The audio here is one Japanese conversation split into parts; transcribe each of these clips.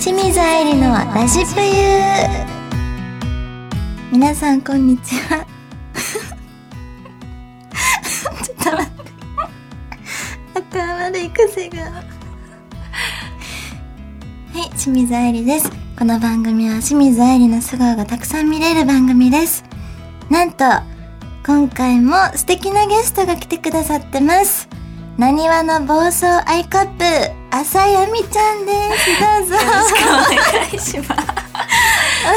清水愛理のラジプユー皆さんこんにちはちょっと待って頭悪い癖がはい清水愛理ですこの番組は清水愛理の素顔がたくさん見れる番組ですなんと今回も素敵なゲストが来てくださってますなにわの暴走アイカップ浅井亜美ちゃんですどう ぞ願いします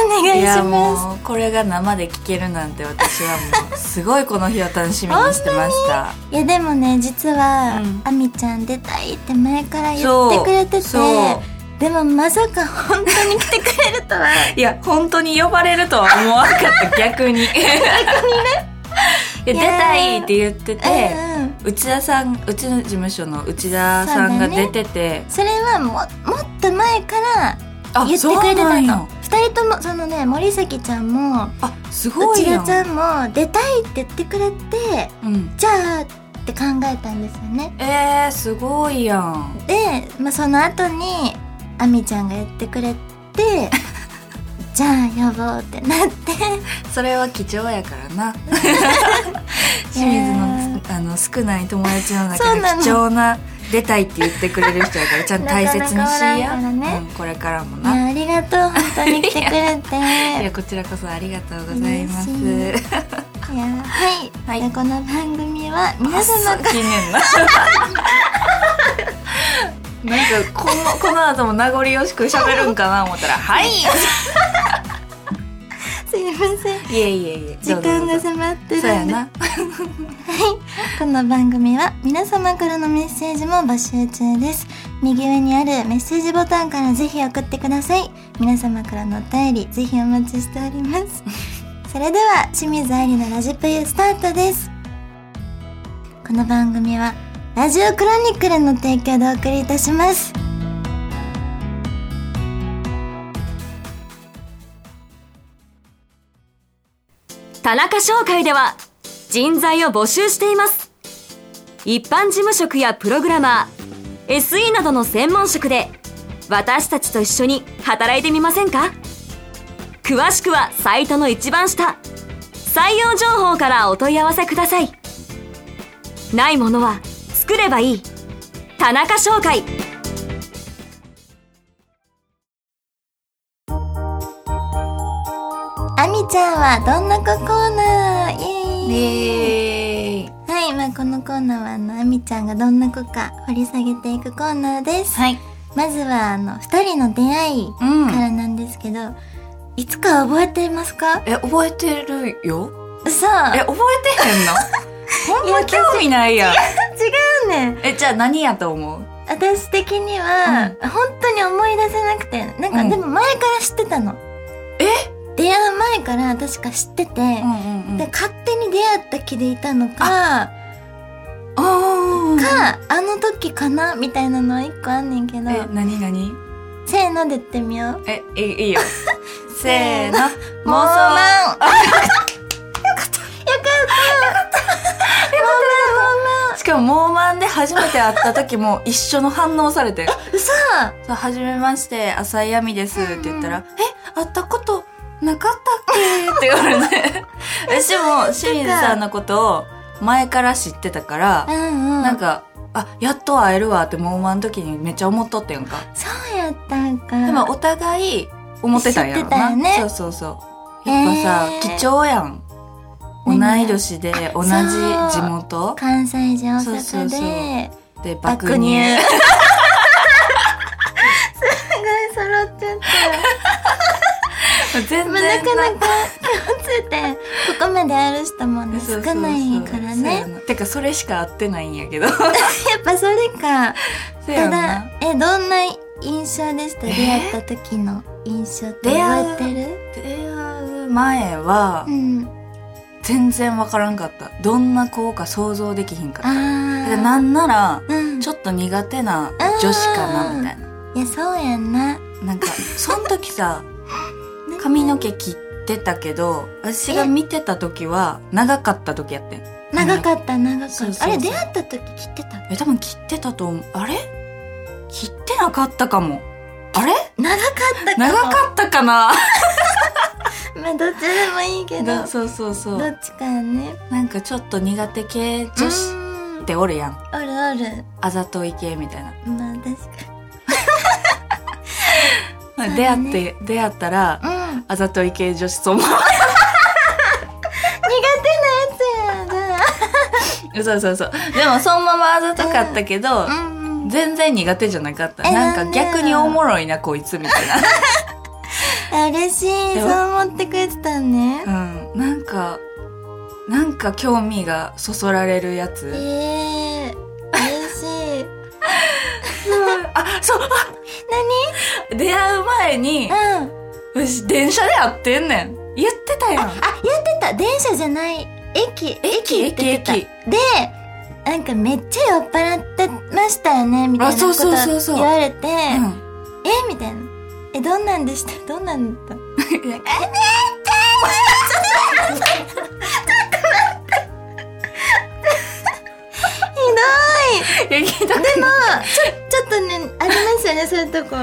お願いしやますもうこれが生で聞けるなんて私はもうすごいこの日を楽しみにしてましたいやでもね実は、うんあみちゃん出たいって前から言っそうてくれててそでもまさか本当に来てくれる とはいや本当に呼ばれるとは思わなかった 逆に逆にねいや出いやーたいって言っててうんうん内田さんうちの事務所の内田さんが出てて、それはももっと前から言あってそうくれてなたんのや二人ともそのね森崎ちゃんもあすご内いや田んちゃんも出たいって言ってくれてうん、じゃあって考えたんですよねえー、すごいやんで、まあ、その後にあみちゃんが言ってくれ てじゃあ呼ぼうってなってそれは貴重やからな清水の あの少ない友達のそ中うでなの貴重な出たいって言ってくれる人やからちゃんと大切にしなかなかおらんかいやらねうん、これからもいやなありがとう本当に来てく れていやいやこちらこそありがとうございます嬉は い、はいでこの番組は皆様記念ななんかこのこの後も名残惜しく喋るんかな思ったら「はい!」すいませんいえいえいえ時どうぞどう間ぞが迫ってるんそうやでなこの番組は皆様からのメッセージも募集中です右上にあるメッセージボタンからぜひ送ってください皆様からのお便りぜひお待ちしております それでは清水愛理のラジプユスタートですこの番組はラジオクロニクルの提供でお送りいたします田中商会では人材を募集しています一般事務職やプログラマー SE などの専門職で私たちと一緒に働いてみませんか詳しくはサイトの一番下採用情報からお問い合わせくださいないものは作ればいい田中商会あみちゃんはどんな子コーナーイエーイえーはい、まあ、このコーナーはあのあみちゃんがどんな子か掘り下げていくコーナーです、はいまずはあの二人の出会いかうんらなんですけど、いつか覚えていますかえ覚えてるよ嘘え、覚えて へんのほんま興味ないやん。うねえ、じゃあ何やと思う私的には、本当に思い出せなくてなんか、うんでも前から知ってたのえ出会う前から確か知ってて、んで勝手に出会った気でいたのかあーかあの時かなみたいなのは一個あんねんけどえ、何何せーので言ってみようえ、いいい いよ。せーの、妄想モーラマンンよかったよかったよかったしかも、モーマンで初めて会った時も 一緒の反応されて、そう、はじめまして、浅井亜美ですって言ったら、うえ、会ったことなかったっ けって言われて。私も、清水さんのことを前から知ってたから、モーマンうんうんなんか、あ、やっと会えるわって、モーマンの時にめっちゃ思っとってんか。そうやったんかでも、お互い、思ってたんやろな。知ってたよねそうそうそう。やっぱさ、えー貴重やん。同い年で、同じ地元関西人大そうそ阪うそうでで爆爆乳。乳えすごい揃っちゃった 全まあな然かなか共通点ここまである人もねそ少うそうそうないからねそうやなてか、それしか会ってないんやけ ど。やっぱそれかそうやたなだ。えどんな印象でした出会った時の印象って覚えてる出会う前はう、ん全然わからんかった。どんな子か想像できひんかっあた。ーでなんなら、うんちょっと苦手な女子かな、みたいな。いやそうやんななんか、その時さ、髪の毛切ってたけど、私が見てた時は、長かった時やってん。長かった長かったそうそうそうあれ出会った時切ってたえ、多分切ってたと思う。あれ切ってなかったかも。あれ長かったかも長かったかなまあどっちでもいい けどそうそうそどうっちかねなんかちょっと苦手系女子うんっておるやんあるあるあざとい系みたいなまあ確うだね出会って出会ったらかうんあざとい系女子そう 思う苦手なやそうそうそうでもそのままあざとかったけどつやだうん全然苦手じゃなかったえななんかんで逆におもろいなこいつみたいあ嬉しいでそうも思ってくれてたねなうんなんかなんか興味がそそられるやつ、ええ嬉しいあそうあ出会う前に何うん私電車で会ってんねん言ってたやんあ言ってた電車じゃない駅駅駅って言ってた駅でなんかめっちゃ酔っ払ってましたよねみたいなこあそうそうそうとそう言われてうんえみたいなえどんなんでしたどんなんだったひどいいや聞いた でもちょちょっとねありますよねそういうとこ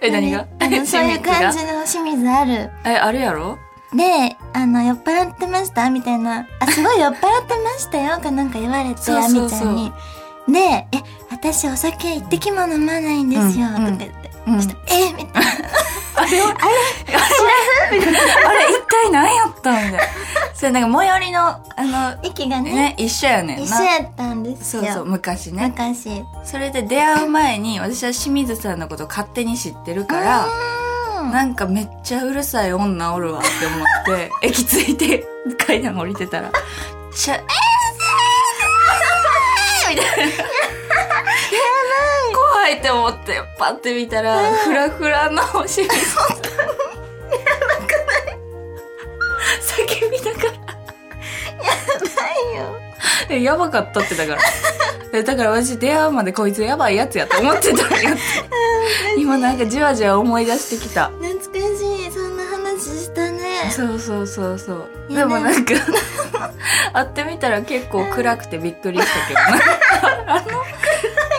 え何があのそういう感じ 清水の清水あるがえあるやろで、あの、酔っ払ってましたみたいな。あ、すごい酔っ払ってましたよかなんか言われて、そうそうそうあみちゃんに。で、え、私お酒一滴も飲まないんですよ、うんとか言って。うんちょっとえみたいな。あれはあれ一体何やった んだよそれなんか最寄りのあ息がのね、ね一緒やねん一な緒やったんですそよ。うそう昔ね昔。うん。それで出会う前に私は清水さんのこと勝手に知ってるからなんかめっちゃうるさい女おるわって思って 駅着いて階段降りてたら「ちゃえーせー!」みたいな。怖いって思ってパッて見たらフラフラの清水さんやばくない叫びながらないよ。えやばかったってだからえだから私出会うまでこいつやばいやつやと思ってたん やって 今なんかじわじわ思い出してきた懐かしい。そんな話したね。そうそうそうそういでやもなんか 会ってみたら結構暗くてびっくりしたけどなんか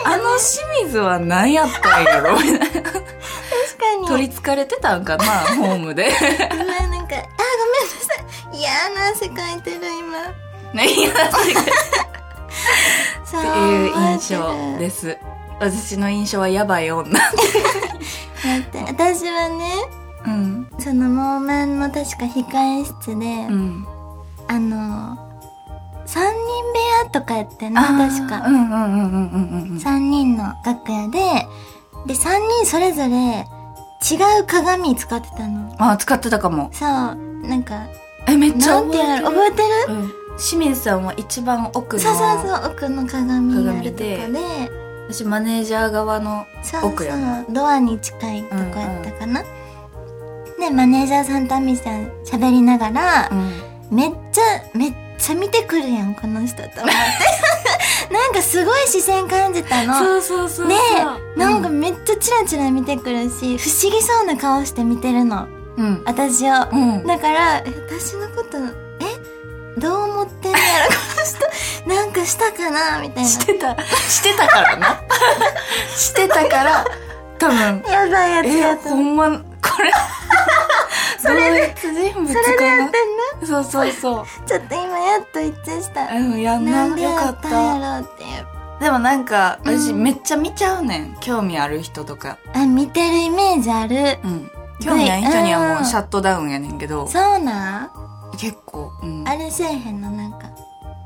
あのあの清水は何やったんや ろみたいな確かに。取りつかれてたんかなホームでうわなんか、あ、ごめんなさい。嫌な汗かいてる、今。 何やったんやっそう。ていう印象すです私の印象はやばい女だって私はねうんそのモーマンの確か控え室で、うんあの3人部屋とかやってなあー確うか、んうんうんうんうんうんうん三3人の楽屋でで3人それぞれ違う鏡使ってたのあ、使ってたかも。そうなんかえ、めっちゃなん覚てえてやる。ろ覚えてるうん。清水さんは一番奥の、そうそうそう奥の鏡にあるとこで鏡私マネージャー側の、そうそう奥やドアに近いとこやったかな、でマネージャーさんと亜美さん喋りながら、めっちゃめっちゃ見てくるやんこの人と思って なんかすごい視線感じたのうそうそでなんか、めっちゃチラチラ見てくるし不思議そうな顔して見てるのうん。私をうん。だからえ私のことえどう思ってんのやろこの 人なんかしたかなみたいなしてた、してたか らな。してたから、多分、やばいやつやえ、ったほんま、こ れ、それで、人物それでやかっなてんそうそうそう。のちょっと今やっと一致したうん、やんなな、んでよやかっったた。んやろうっていうでもなんか、私うんめっちゃ見ちゃうねん。興味ある人とか。あ見てるイメージあるうん。興味ない人にはもうシャットダウンやねんけど。そうなん結構、うん、あれせえへんのなん か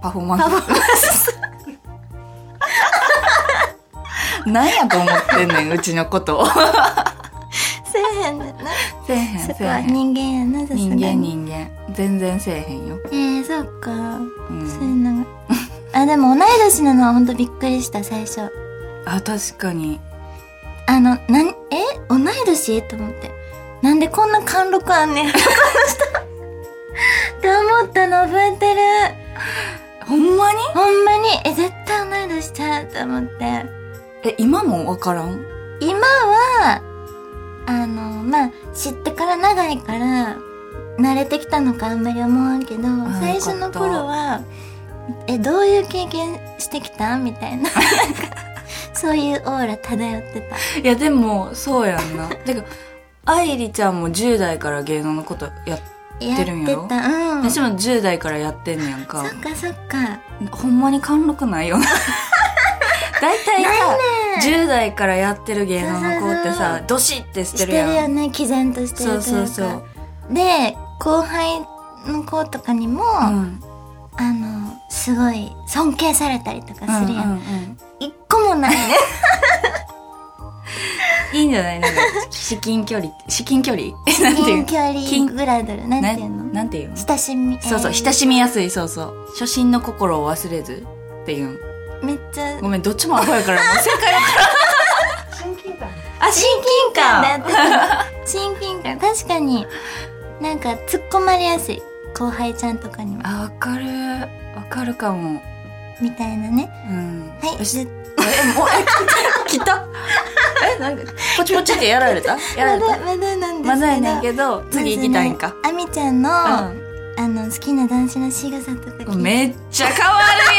パフォーマンス。なんやと思ってんねん、うちのこと。せえへんねんなせえへそん、こせえへはん。人間やなさすが人間、に人間。全然せえへんよ。えー、そうか、うそういん、うの があでも同い年なのはほんとびっくりした最初あ、確かに。あのなんえ同い年と思ってなんでこんな貫禄あんねん この人と思ったの覚えてるほんまにほんまにえ絶対同い年ちゃうと思ってえ、今もわからん今はあのまあ知ってから長いから慣れてきたのかあんまり思わんけどあ最初の 頃は「えどういう経験してきた?」みたいななんかそういうオーラ漂ってた。いやでもそうや んなてか愛理ちゃんも10代から芸能のことやっやってるんやっろてた。うん。私も10代からやってんねやんかそっかそっか。ほんまに貫禄ない よな大体さ10代からやってる芸能の子ってそうそうさどしってししててるやんるよね、毅然としてるとそいうか。そうそう、で、後輩の子とかにも、うん、あの、すごい尊敬されたりとかするやん。うんうんうん一個もないね。いいんじゃないなんか至近距離至近距離 なんていう近距離グラドル。なんていうのなんていうの親しみ。そうそう親しみやすいそうそう初心の心を忘れずっていうんめっちゃごめんどっちもアホや からもう正解あ、親近感だって。親近感。確かに、なんか突っ込まれやすい。後輩ちゃんとかにも。あわかるわかるかもみたいなね。うんはい。よしでえもうえ切ったえなんかポチポチってやられたやらまれただ、まだなんですけど。まだやねんけど次行きたいんか、あみちゃんの、あの、好きな男子の仕草とか聞いうんめっちゃ変わる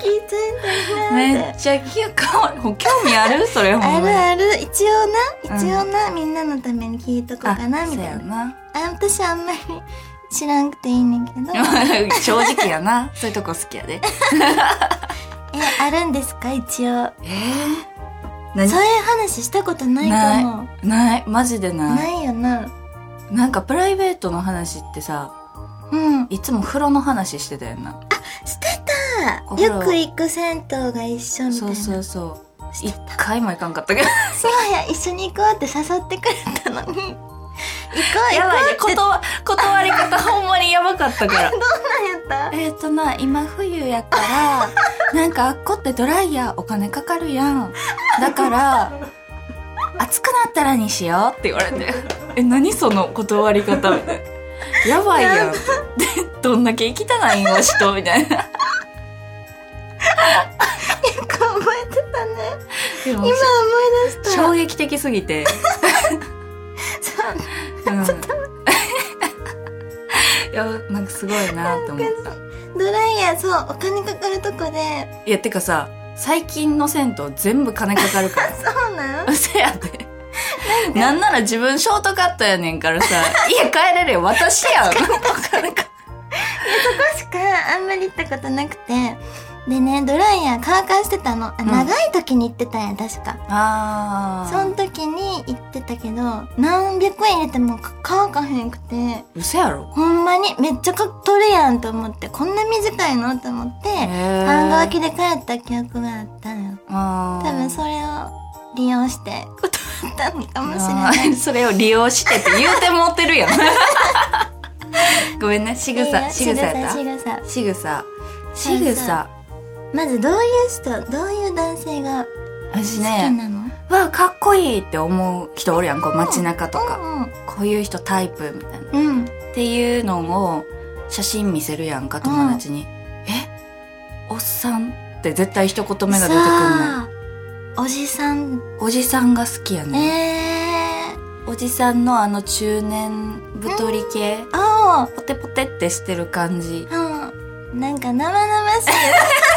聞いちゃやいんたいなめっちゃ気が変わるほん興味あるそれほんまあにるある。一応な、うん一応な、みんなのために聞いとこうかな、あみたいな。なあ、私あんまり知らんくていいねんけ ど。正直やなそういうとこ好きやでえ、あるんですか一応。えそう何いう話したことないかも。ー、ないマジでないないよな。なんかプライベートの話ってさうん。いつも風呂の話してたよなしておた風呂よく行く銭湯が一緒みたいな。そうそうそう一回も行かんかったけどそうや、一緒に行こうって誘ってくれたのに。行こう や行ばいねこうって 断断り方ほんまにやばかったからどんなんやったえっとな今冬やから なんかあっこってドライヤーお金かかるやんだから暑くなったらにしようって言われ てえ何その断り方みたいなやばいやん でどんだけ汚いんわしとみたいなよく覚えてたね。で今も思い出した。衝撃的すぎて。 うん、いやなんかすごいなって思った。ドライヤー、そう、お金かかるとこで。いやてかさ最近の銭湯全部金かかるから。そう なん嘘やで。なんなら自分ショートカットやねんから さ家帰れるよ私やん。金かしかあんまり行ったことなくて。でね、ドライヤー乾かしてたの。あん長い時に行ってたんや、確か。あそあの。時に行ってたけど、何百円入れてもか乾かへんくて、嘘やろ。ほんまにめっちゃかっとるやんと思って、こんな短いのと思って、半乾きで帰った記憶があったのよ。多多分それを利用して断ったのかもしれあない。ー それを利用してって言うてもうて るやんごめんね仕草仕草やった仕草。仕草仕草まずどういう人、どういう男性が好私きなねの、わかっこいいって思う人おるやんこう街中とか、うこういう人タイプみたいなんうん。うん。っていうのを写真見せるやんか友達に、えおっさんって絶対一言目が出てくんのさあおじさん、おじさんが好きやえね、えー、おじさんのあの中年太り系、あポテポテってしてる感じあ、うん。なんか生々 しい。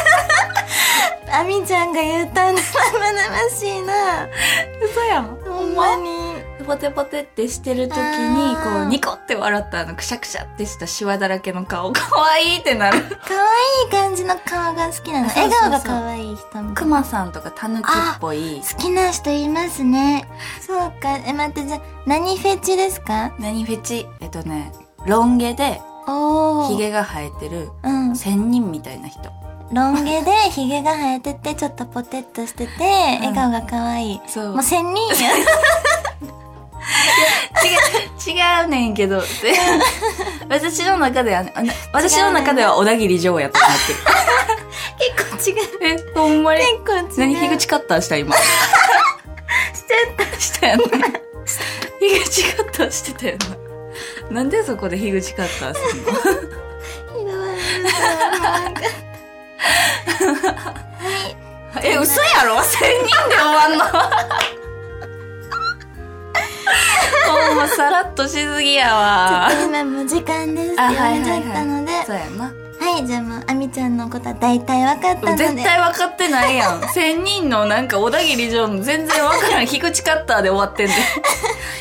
あみちゃんが言ったの生々しいな。嘘やんほんまに。ポテポテってしてる時にあーこうニコって笑ったあのくしゃくしゃってしたシワだらけの顔 かわいいってな る可愛い感じの顔が好きなの。そうそうそ笑顔うが可愛い人みたクいな。マさんとかタヌキっぽい好きな人いますね。そうか。え、待って、じゃあ、何フェチですか何フェチえっとねロン毛でおー。ヒ。ゲが生えてるうん。仙人みたいな人ロン毛でヒゲが生えてて、ちょっとポテっとしてて、笑顔が可愛い。そうもう千人や。 違う違うねんけど 私の中ではねあの私の中では小田切ジョーやと思 結構違う。ってるえほんまに結構違う。何樋口カッタ ーした今してた。 したよね樋口カッターしてたよななんでそこで樋口カッターするのひどい。は え、嘘やろ ?1000 人で終わんの ほんまさらっとしすぎやわ。い。今もう時間ですってあ言わはいれはいちはゃったいので、そうやな。はい、はいじゃあもうあみちゃんのことは大体分かったので絶対分かってないや ん。千人のなんか小田切城の全然分からん。菊池カッターで終わってん で。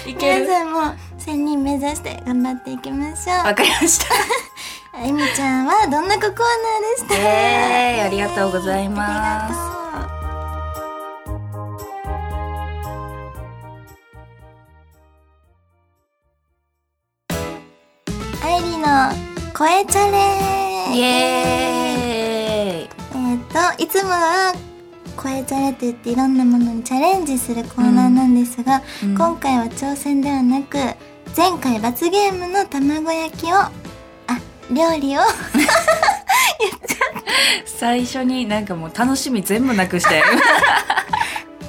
い皆けるさんも1000人目指して頑張っていきましょわかりました。うえみちゃんはどんな子コーナーでしたえー、ありがとうございあまりす。がとうアイリーの声チャレンイえエーイっ、といつもは声チャレと言っていろんなものにチャレンジするコーナーなんですが、うん今回は挑戦ではなく前回罰ゲームの卵焼きをあ料理 を最初になんかもう楽しみ全部なくして。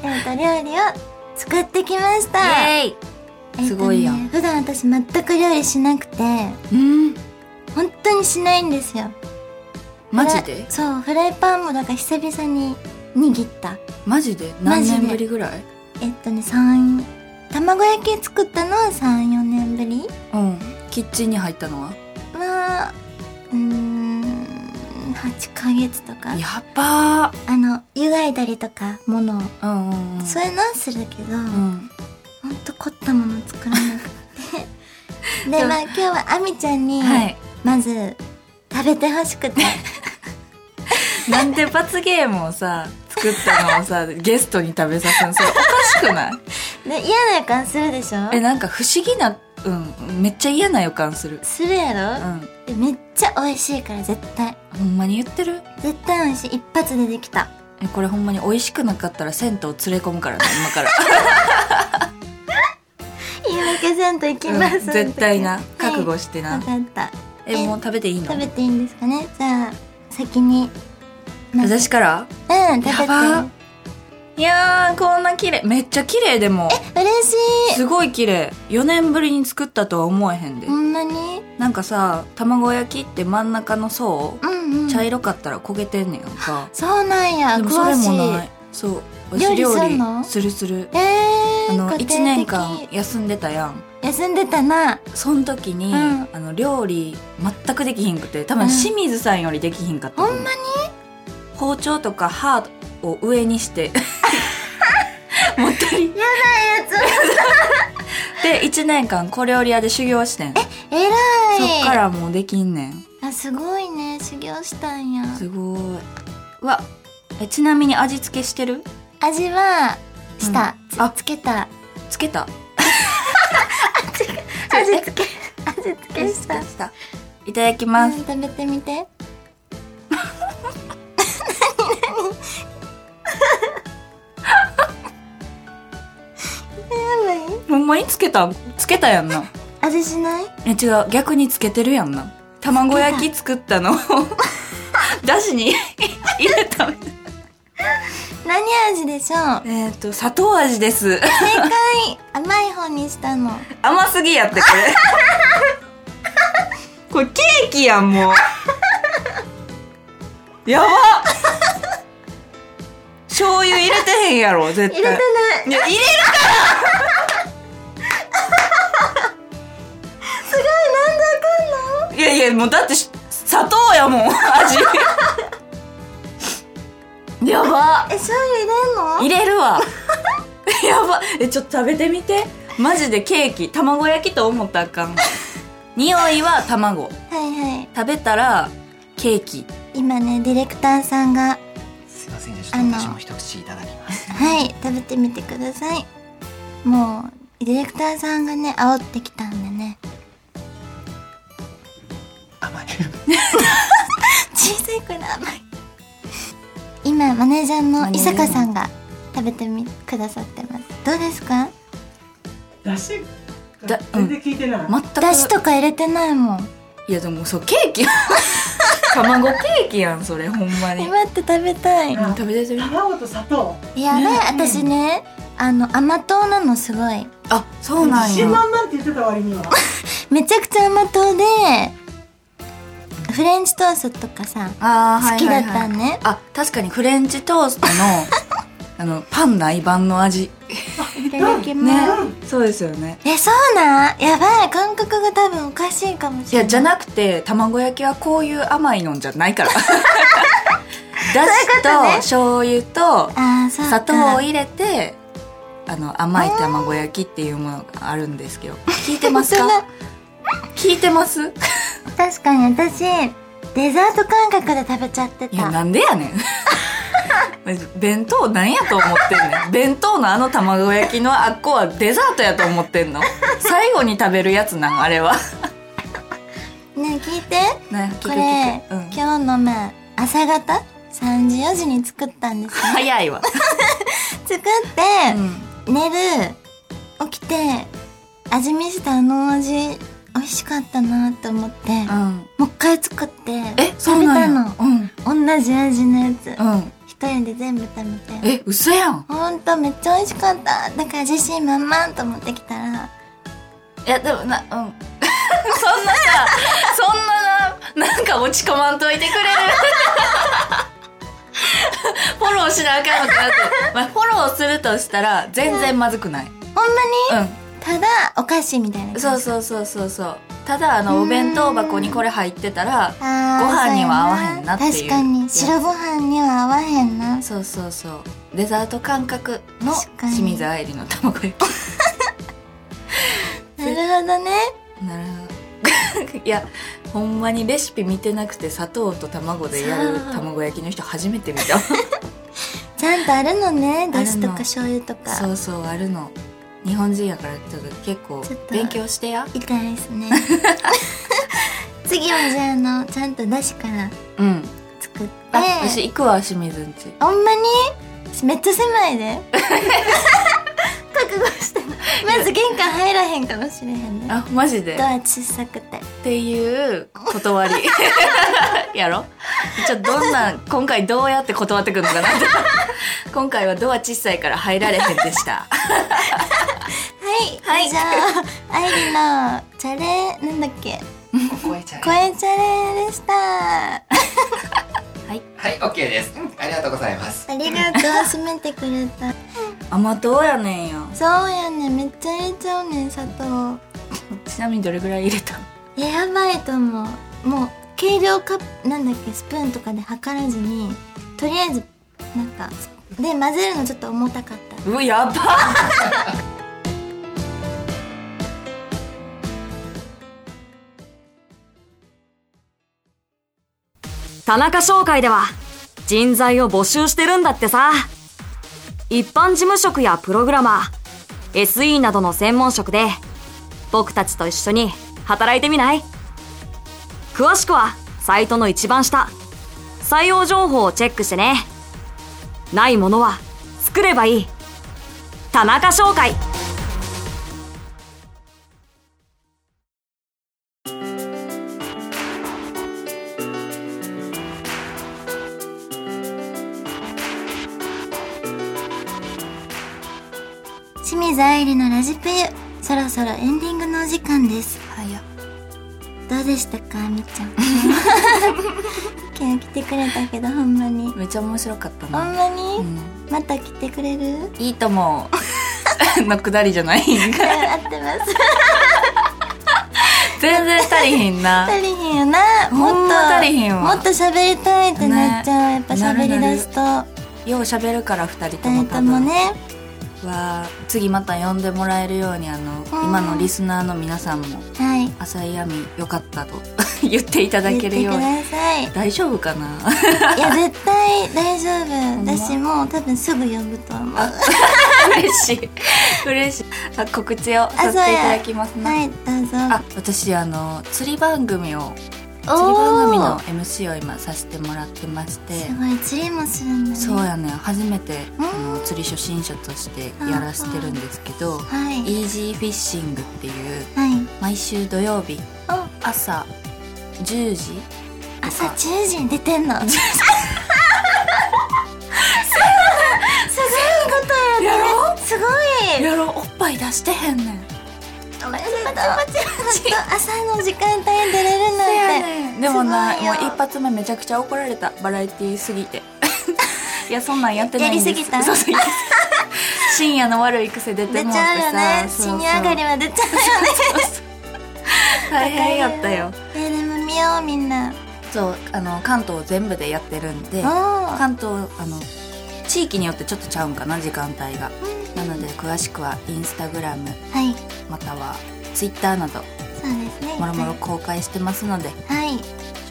えっと料理を作ってきましたイエーイすごいやえっとねん。普段私全く料理しなくて うん。本当にしないんですよマジでフラそうフライパンもだから久々に握ったマジでマ何ジで年ぶりぐらいえっとね3卵焼き作ったのは34年ぶりうん。キッチンに入ったのははうーん8ヶ月とかやばあの湯がいたりとかものを、ー。うんうんうん。そういうのはするけど、うん。ほんと凝ったもの作らなく てでまあ今日はあみちゃんに、はい。まず食べてほしくてなんで罰ゲームをさ、作ったのをさ、ゲストに食べさせるのそれおかしくないで嫌な予感するでしょえ、なんか不思議な、うん、めっちゃ嫌な予感する。するやうろ、ん。でめっちゃ美味しいから絶対ほんまに言ってる絶対美味しい一発でできたえ、これほんまに美味しくなかったら銭湯連れ込むからね、今から。言い訳せんといきます、うん絶対なはい。覚悟してな。分かったえ、もう食べていいの食べていいんですかねじゃあ先にまず私からうん食べてやばいやー、こんな綺麗。めっちゃ綺麗でも。嬉しいすごい綺麗。4年ぶりに作ったとは思えへんでほ。んまになんかさ、卵焼きって真ん中の層、うんうん茶色かったら焦げてんねやんか。そうなんやでも詳それしもいないそ料う私理料すんの理するするえー、あの家庭1的年間休んでたやん休んでたなその時に、うんあの料理全くできひんくて多う分ん清水さんよりできひんかったとほ思うんまに包丁とか歯を上にして 持ったりや つで1年間小料理屋で修行してんそえらいっからもうできんねんあすごいね修行したんやすごいうわえちなみに味付けしてる味はした、うんあつつけたつけた 味付け味付けした、うん、たいただきます、食べてみ て何何 やばいほんまにつけたつけたやんな味しないえ違う逆につけてるやんな卵焼き作ったのを だしに 入れたみたい何味でしょう えっと砂糖味です正解甘い方にしたの甘すぎやってこ れこれケーキやんも うやば醤油入れてへんやろ絶対入れてないいや入れるからすごいなんであかんのいやいやもうだってし砂糖やもん味 やばえ醤油入れんの入れるわ やばえちょっと食べてみてマジでケーキ卵焼きと思ったらあかん匂いは卵はいはい食べたらケーキ今ねディレクターさんがすいませんでしたあの私も一口いただきますはい食べてみてくださいもうディレクターさんがね煽ってきたんでね甘い 小さい頃甘い今マネージャーの伊坂さんが食べてみくださってますどうですかだしだがうん全然聞いてない、全くだしとか入れてないもんいやでもそうケーキ 卵ケーキやんそれほんまにえ待って食べたいうん食べてみ卵と砂糖やばい、私ねあの甘党なのすごいあそうなん自や信満々って言ってた割にはめちゃくちゃ甘党でフレンチトーストとかさあー好きだったんね、 あ確かにフレンチトーストのあのパンない版の味いただきます、ね、そうですよねえそうなんやばい感覚が多分おかしいかもしいれないやじゃなくて卵焼きはこういう甘いのんじゃない からだしと醤油とあーそうか砂糖を入れてあの甘い卵焼きっていうものがあるんですけど聞いてますか本聞いてます当だ確かに私デザート感覚で食べちゃっていやたなんでやねん 弁当なんやと思ってんねん弁当のあの卵焼きのあっこはデザートやと思ってんの最後に食べるやつなんあれはね聞いて ね聞こくれ聞く、うん、今日のまあ朝方3時4時に作ったんですよ早いわ、作って、 うん寝る起きて味見したあの味美味しかったなって思ってうん、もう一回作ってえそ食うべなたんやのうん同じ味のやつうん一人で全部食べてえ嘘やんほんとめっちゃ美味しかっただから自信満々と思ってきたらいやでもなうん そんなさそんなななんか落ち込まんとい てくれるフォローしなあかんのかなって、まあ、フォローするとしたら全然まずくないほんまにうんただお菓子みたいな感じそうそうそうそうそうただあのお弁当箱にこれ入ってたらご飯ご飯には合わへんなっていう確かに白ご飯には合わへんなそうそうそうデザート感覚の確かに清水愛理の卵焼なるほどねきなるほど いやほんまにレシピ見てなくて砂糖と卵でやるそう卵焼きの人初めて見たちゃんとあるのねあるのだしとか醤油とかそうそうあるの日本人やからちょっと結構ちょっと勉強してや痛いですね 次はじゃああのちゃんとだしからうん作ってあ、私行くわ清水んちほんまにめっちゃ狭い で覚悟してまず玄関入らへんかもしれへんねあマジでドア小さくてっていう断り やろちょっとどんな今回どうやって断ってくるのかなって 今回はドア小さいから入られへんでしたはい、じゃあ愛理のチャレなんだっけ超えちゃう。声チャレでしたあはい、オッケーです。ありがとうございます。りがと う締めてくれた甘党やねんやそうやねめっちゃ入れちゃうねん砂糖ちなみにどれぐらい入れたいややばいと思うもう計量カップなんだっけスプーンとかで測らずにとりあえずなんかで混ぜるのちょっと重たかったうわやば田中商会では人材を募集してるんだってさ一般事務職やプログラマー SE などの専門職で僕たちと一緒に働いてみない詳しくはサイトの一番下採用情報をチェックしてねないものは作ればいい田中商会清水愛理のラジプユそろそろエンディングのお時間です早どうでしたかみっちゃん今日来てくれたけどほんまにめっちゃ面白かったほんな、まに、うん、また来てくれ るいいとも のくだりじゃない全合ってます然足りひんな足りひんよなもっとほんま足りひんわもっと喋りたいってなっちゃう、やっぱ喋り出すとよう喋るから二人と二も人と多も分ねは次また呼んでもらえるようにあのん今のリスナーの皆さんもはい浅い闇良かったと 言っていただ言っけてるくようにださい大丈夫かないや絶対大丈夫んまだしもう多分すぐ呼ぶと思うは嬉しい嬉しいあ告知をさせていただきますねいどうぞあ私あの釣り番組をおー釣り番組の MC を今させてもらってましてすごい釣りもするんだねそうやね初めてうんあの釣り初心者としてやらせてるんですけどはいイージーフィッシングっていうはい毎週土曜日あ朝10時朝10時に出てん のそういうことやねすごいやろおっぱい出してへんねんおめでとうちょっと朝の時間帯に出れるなんてでもなすごいもうよ一発目めちゃくちゃ怒られ たバラエティーすぎていやそんなんやってないんですやりすぎたそうそうやり深夜の悪い癖出て出もちうてゃうよねさそうそう深夜上がりは出ちゃうよね大変やったよえでも見ようみんなそうあの関東全部でやってるんでお関東あの地域によってちょっとちゃうんかな時間帯が、なので詳しくはインスタグラムはいまたはツイッターなどそうですねもろもろ公開してますのではい詳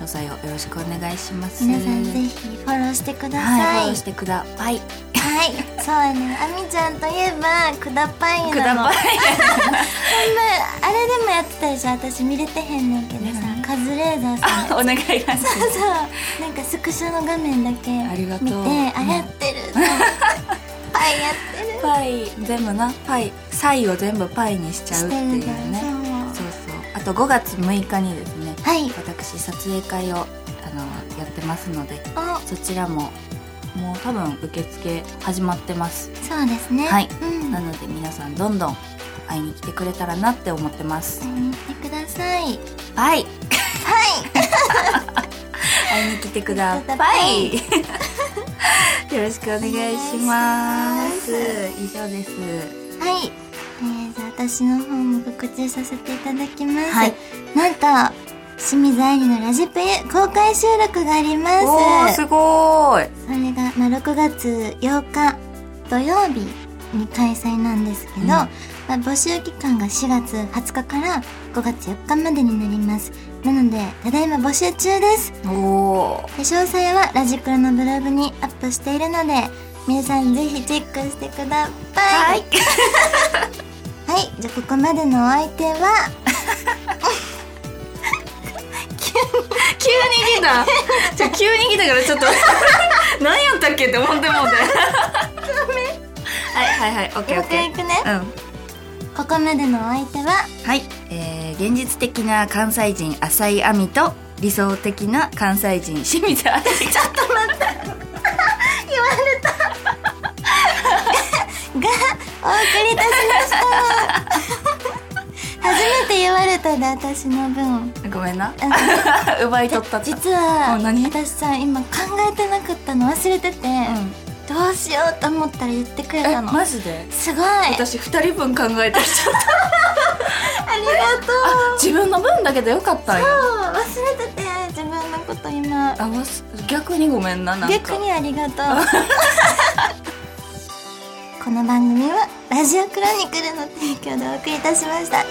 細をよろしくお願いします皆さんぜひフォローしてくだはいフォさロいーしてくださいはい、そうやね。あみちゃんといえば、くだぱいなの。くだばいあれでもやってたでしょ。私見れてへんねんけどさ、カズレーザーさん。 お願いしますそう、なんかスクショの画面だけありがとう見て、あ、やってる。パイやってる。パイ全部なパイサイを全部パイにしちゃうしってているんうだよねね。そうそうあと5月6日にですねはい。私撮影会をあのやってますのでお、そちらももう多分受付始まってますそうですね。はいうん。なので皆さんどんどん会いに来てくれたらなって思ってます見に来てください。パ イ会いに来てくださいよろしくお願いしますお以上ですはい。えー、じゃあ私の方も告知させていただきます。はいなんと、清水愛理のラジプユ公開収録がありまおーす。すごーいそれが、まあ、6月8日土曜日に開催なんですけど、うんまあ、募集期間が4月20日から5月4日までになります。なので、ただいま募集中です。おーで詳細はラジクロのブログにアップしているので皆さんぜひチェックしてくださ いはい、じゃあここまでのお相手は急に来たじゃあ急に来たからちょっと何やったっけって思ってもうはいてはいはいオッケーよオッくケいくねーうんここまでのお相手ははい、えー、現実的な関西人浅井亜美と理想的な関西人清水あたりちょっとがお送りいたしました初めて言われたで私の分 ごめんな あの奪い取ったった実はあ何私さ今考えてなかったの忘れてて、どうしようと思ったら言ってくれえたのマジですごいありがとう私二人分考 えてきちゃった自分の分だけでよかったんや忘れてて自分のこと今あわす逆にごめんななんか逆にありがと うこの番組は「ラジオクロニクル」の提供でお送りいたしました